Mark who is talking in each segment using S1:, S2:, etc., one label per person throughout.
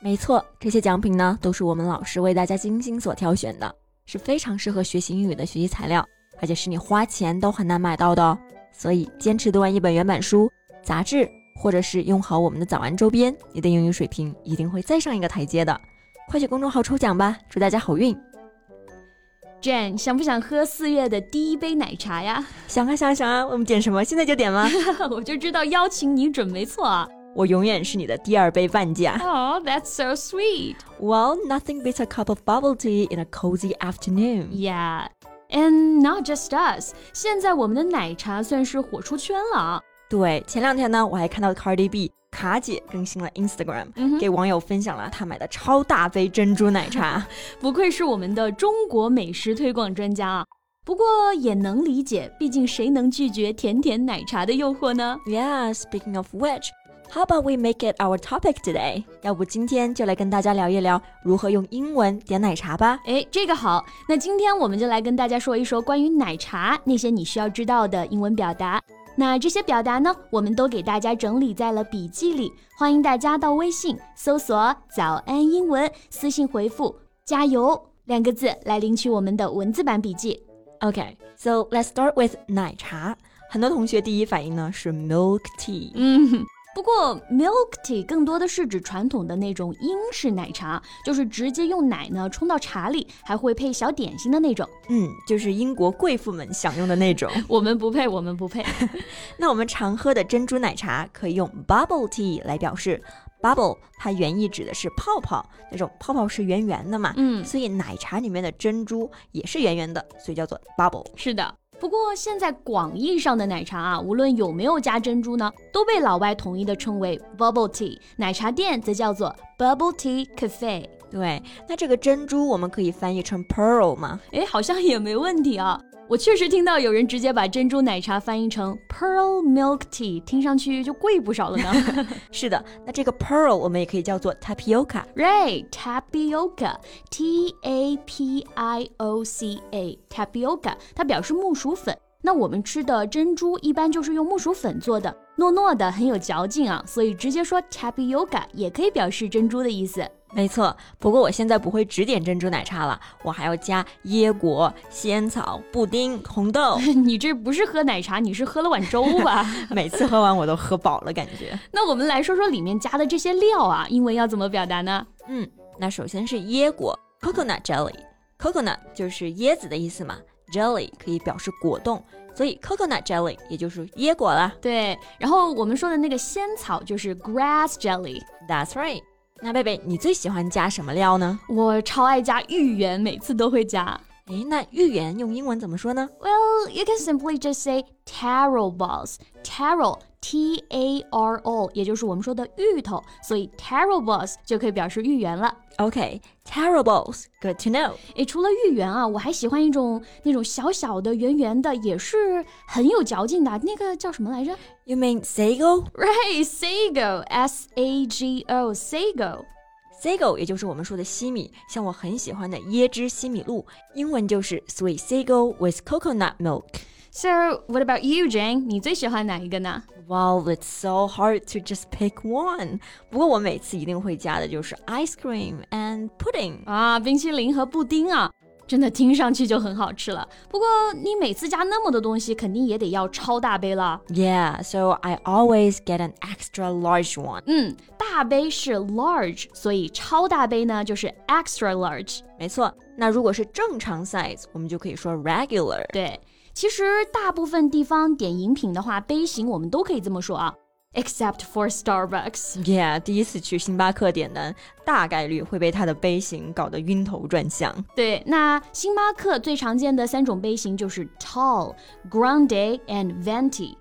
S1: 没错，这些奖品呢都是我们老师为大家精心所挑选的，是非常适合学习英语的学习材料，而且是你花钱都很难买到的哦。所以坚持读完一本原版书、杂志，或者是用好我们的早安周边，你的英语水平一定会再上一个台阶的。快去公众号抽奖吧，祝大家好运！
S2: Jane，想不想喝四月的第一杯奶茶呀？
S1: 想啊想啊想啊，我们点什么？现在就点吗？
S2: 我就知道邀请你准没错啊。
S1: 我永远是你的第二杯半价。
S2: Oh, that's so sweet.
S1: Well, nothing beats a cup of bubble tea in a cozy afternoon.
S2: Yeah. And not just us. 现在我们的奶茶算是火出圈了啊。
S1: 对，前两天呢，我还看到 Cardi B 卡姐更新了 Instagram，、
S2: 嗯哼
S1: 给网友分享了她买的超大杯珍珠奶茶。
S2: 不愧是我们的中国美食推广专家啊。不过也能理解，毕竟谁能拒绝甜甜奶茶的诱惑呢？
S1: yeah, speaking of which, how about we make it our topic today？要不今天就来跟大家聊一聊如何用英文点奶茶吧。
S2: 哎，这个好。那今天我们就来跟大家说一说关于奶茶那些你需要知道的英文表达。那这些表达呢，我们都给大家整理在了笔记里，欢迎大家到微信搜索“早安英文”，私信回复“加油”两个字来领取我们的文字版笔记。
S1: Okay, so let's start with 奶茶。很多同学第一反应呢是 milk tea。
S2: 嗯，不过 milk tea 更多的是指传统的那种英式奶茶，就是直接用奶呢冲到茶里，还会配小点心的那种。
S1: 嗯，就是英国贵妇们享用的那种。
S2: 我们不配，我们不配。
S1: 那我们常喝的珍珠奶茶可以用 bubble tea 来表示。bubble 它原意指的是泡泡，那种泡泡是圆圆的嘛，
S2: 嗯
S1: 所以奶茶里面的珍珠也是圆圆的，所以叫做 bubble。
S2: 是的，不过现在广义上的奶茶啊，无论有没有加珍珠呢，都被老外统一的称为 bubble tea，奶茶店则叫做 bubble tea cafe。
S1: 对，那这个珍珠我们可以翻译成 pearl 吗？
S2: 诶，好像也没问题啊。我确实听到有人直接把珍珠奶茶翻译成 pearl milk tea，听上去就贵不少了呢。
S1: 是的，那这个 pearl 我们也可以叫做 tapioca。
S2: Right, tapioca, T A P I O C A, tapioca，它表示木薯粉。那我们吃的珍珠一般就是用木薯粉做的，糯糯的，很有嚼劲啊，所以直接说 tapioca 也可以表示珍珠的意思。
S1: 没错，不过我现在不会只点珍珠奶茶了，我还要加椰果、仙草、布丁、红豆。
S2: 你这不是喝奶茶，你是喝了碗粥吧？
S1: 每次喝完我都喝饱了，感觉。
S2: 那我们来说说里面加的这些料啊，英文要怎么表达呢？
S1: 嗯，那首先是椰果 （coconut jelly）。coconut 就是椰子的意思嘛，jelly 可以表示果冻，所以 coconut jelly 也就是椰果啦。
S2: 对，然后我们说的那个仙草就是 grass jelly，
S1: That's right。那贝贝，你最喜欢加什么料呢？
S2: 我超爱加芋圆，每次都会加。
S1: 诶，那芋圆用英文怎么说呢？
S2: Well, you can simply just say taro balls. Taro, T A R O，也就是我们说的芋头，所以 taro balls 就可以表示芋圆了。
S1: OK，terribles。Good to know。
S2: 诶，除了芋圆啊，我还喜欢一种那种小小的、圆圆的，也是很有嚼劲的，那个叫什么来着
S1: You mean sago？sago
S2: ？Right, sago, S A G O, sago.
S1: 也就是我们说的西米，像我很喜欢的椰汁西米露，英文就是 sweet sago with coconut milk。
S2: So, what about you, Jane？你最喜欢哪一个呢？
S1: Wow, it's so hard to just pick one. 不过我每次一定会加的就是 ice cream and pudding。
S2: 啊，冰淇淋和布丁啊，真的听上去就很好吃了。不过你每次加那么多东西，肯定也得要超大杯了。
S1: Yeah, so I always get an extra large one.
S2: 嗯，大杯是 large，所以超大杯呢就是 extra large。
S1: 没错，那如果是正常 size，我们就可以说 regular。
S2: 对，其实大部分地方点饮品的话，杯型我们都可以这么说啊，except for Starbucks。
S1: Yeah，第一次去星巴克点单，大概率会被它的杯型搞得晕头转向。
S2: 对，那星巴克最常见的三种杯型就是 tall、grande and venti。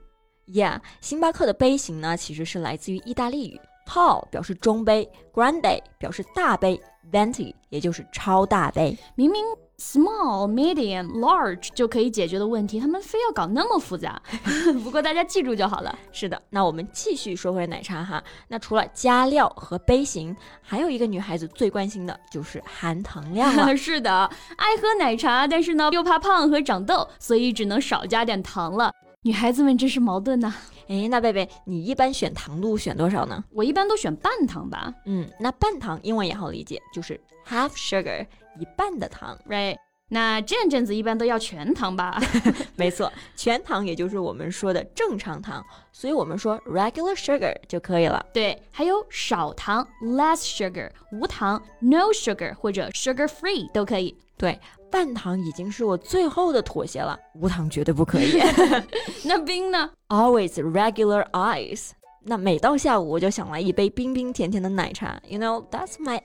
S1: Yeah，星巴克的杯型呢，其实是来自于意大利语， tall 表示中杯，grande 表示大杯，venti 也就是超大杯。
S2: 明明 small、medium、large 就可以解决的问题，他们非要搞那么复杂。 不过大家记住就好了。。
S1: 是的，那我们继续说回奶茶哈。那除了加料和杯型，还有一个女孩子最关心的就是含糖量了
S2: 是的，爱喝奶茶，但是呢又怕胖和长痘，所以只能少加点糖了。女孩子们真是矛盾呐、
S1: 哎，那贝贝，你一般选糖度选多少呢？
S2: 我一般都选半糖吧
S1: 嗯，那半糖英文也好理解，就是 half sugar，一半的糖。
S2: ，right？那这阵子一般都要全糖吧
S1: 没错，全糖也就是我们说的正常糖，所以我们说 regular sugar 就可以了。
S2: 对，还有少糖 （less sugar）、无糖 （no sugar） 或者 sugar free 都可以。
S1: 对，半糖已经是我最后的妥协了，无糖绝对不可以。
S2: 那冰呢？
S1: Always regular ice。那每到下午，我就想来一杯冰冰甜甜的奶茶。You know, that's my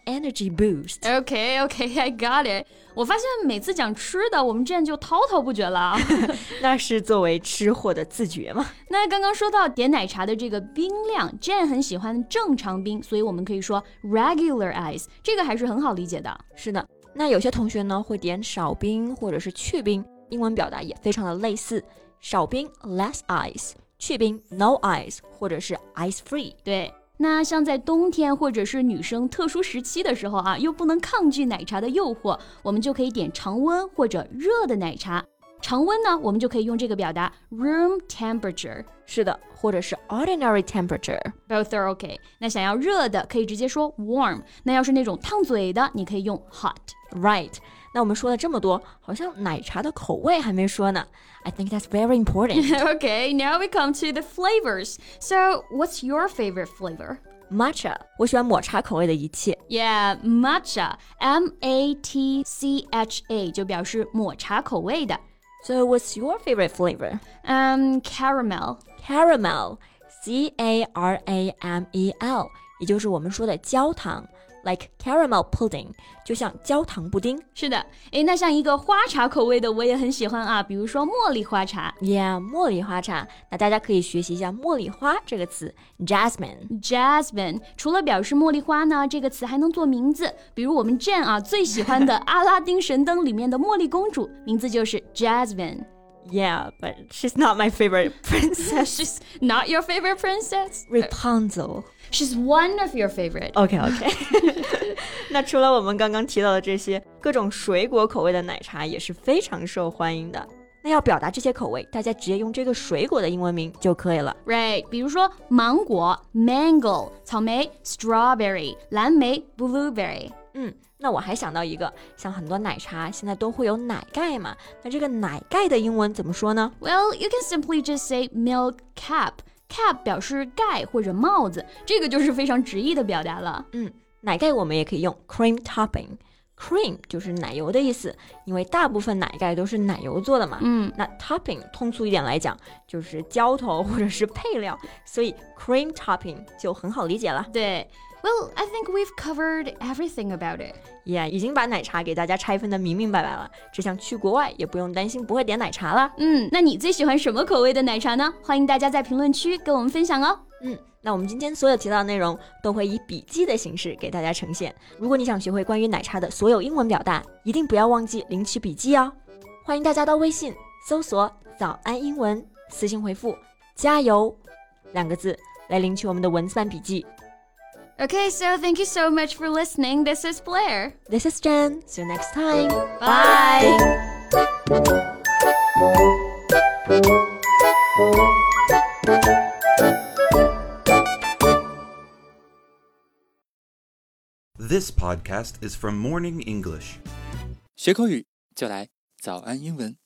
S1: energy boost。
S2: OK OK, I got it。我发现每次讲吃的，我们这样就滔滔不绝了啊。
S1: 那是作为吃货的自觉嘛？
S2: 那刚刚说到点奶茶的这个冰量，Jane 很喜欢正常冰，所以我们可以说 regular ice，这个还是很好理解的。
S1: 是的。那有些同学呢会点少冰或者是去冰，英文表达也非常的类似。少冰 less ice，去冰 no ice，或者是 ice free。
S2: 对，那像在冬天或者是女生特殊时期的时候啊，又不能抗拒奶茶的诱惑，我们就可以点常温或者热的奶茶。常温呢，我们就可以用这个表达 room temperature。
S1: 是的，或者是 ordinary temperature。
S2: Both are okay。那想要热的，可以直接说 warm。那要是那种烫嘴的，你可以用 hot。
S1: Right. 那我们说了这么多，好像奶茶的口味还没说呢。I think that's very important.
S2: Okay, now we come to the flavors. So, what's your favorite flavor?
S1: Matcha，我喜欢抹茶口味的一切。
S2: Yeah, matcha, M A T C H A 就表示抹茶口味的。
S1: So what's your favorite flavor?
S2: 嗯、caramel. Um,
S1: Caramel, C A R A M E L，也就是我们说的焦糖，like caramel pudding，就像焦糖布丁。
S2: 是的，诶，那像一个花茶口味的我也很喜欢啊，比如说茉莉花茶
S1: Yeah，茉莉花茶。那大家可以学习一下茉莉花这个词，jasmine。
S2: （jasmine）。除了表示茉莉花呢，这个词还能做名字，比如我们 Jane 啊最喜欢的《阿拉丁神灯》里面的茉莉公主，名字就是 Jasmine。
S1: Yeah，but she's not my favorite princess.
S2: She's not your favorite princess.
S1: Rapunzel.
S2: She's one of your favorite.
S1: OK OK，那除了我们刚刚提到的这些各种水果口味的奶茶也是非常受欢迎的。那要表达这些口味，大家直接用这个水果的英文名就可以了。
S2: Right，比如说芒果 （mango）、草莓 （strawberry）、蓝莓 （blueberry）。
S1: 嗯，那我还想到一个，像很多奶茶现在都会有奶盖嘛，那这个奶盖的英文怎么说呢
S2: Well, you can simply just say milk cap. Cap 表示盖或者帽子，这个就是非常直译的表达了。
S1: 奶盖我们也可以用 cream topping。cream 就是奶油的意思，因为大部分奶盖都是奶油做的嘛。
S2: 嗯
S1: 那 topping 通俗一点来讲就是浇头或者是配料， 所以 cream topping 就很好理解了。
S2: 对。Well, I think we've covered everything about it.
S1: 也已经把奶茶给大家拆分的明明白白了，这下去国外也不用担心不会点奶茶了。
S2: 嗯，那你最喜欢什么口味的奶茶呢？欢迎大家在评论区跟我们分享哦。
S1: 嗯，那我们今天所有提到的内容都会以笔记的形式给大家呈现。如果你想学会关于奶茶的所有英文表达，一定不要忘记领取笔记哦。欢迎大家到微信搜索“早安英文”，私信回复“加油”两个字来领取我们的文字版笔记。
S2: Okay, so thank you so much for listening. This is Blair.
S1: This is Jen. See you next time.
S2: Bye.
S3: This podcast is from Morning English.
S4: 学口语就来早安英文。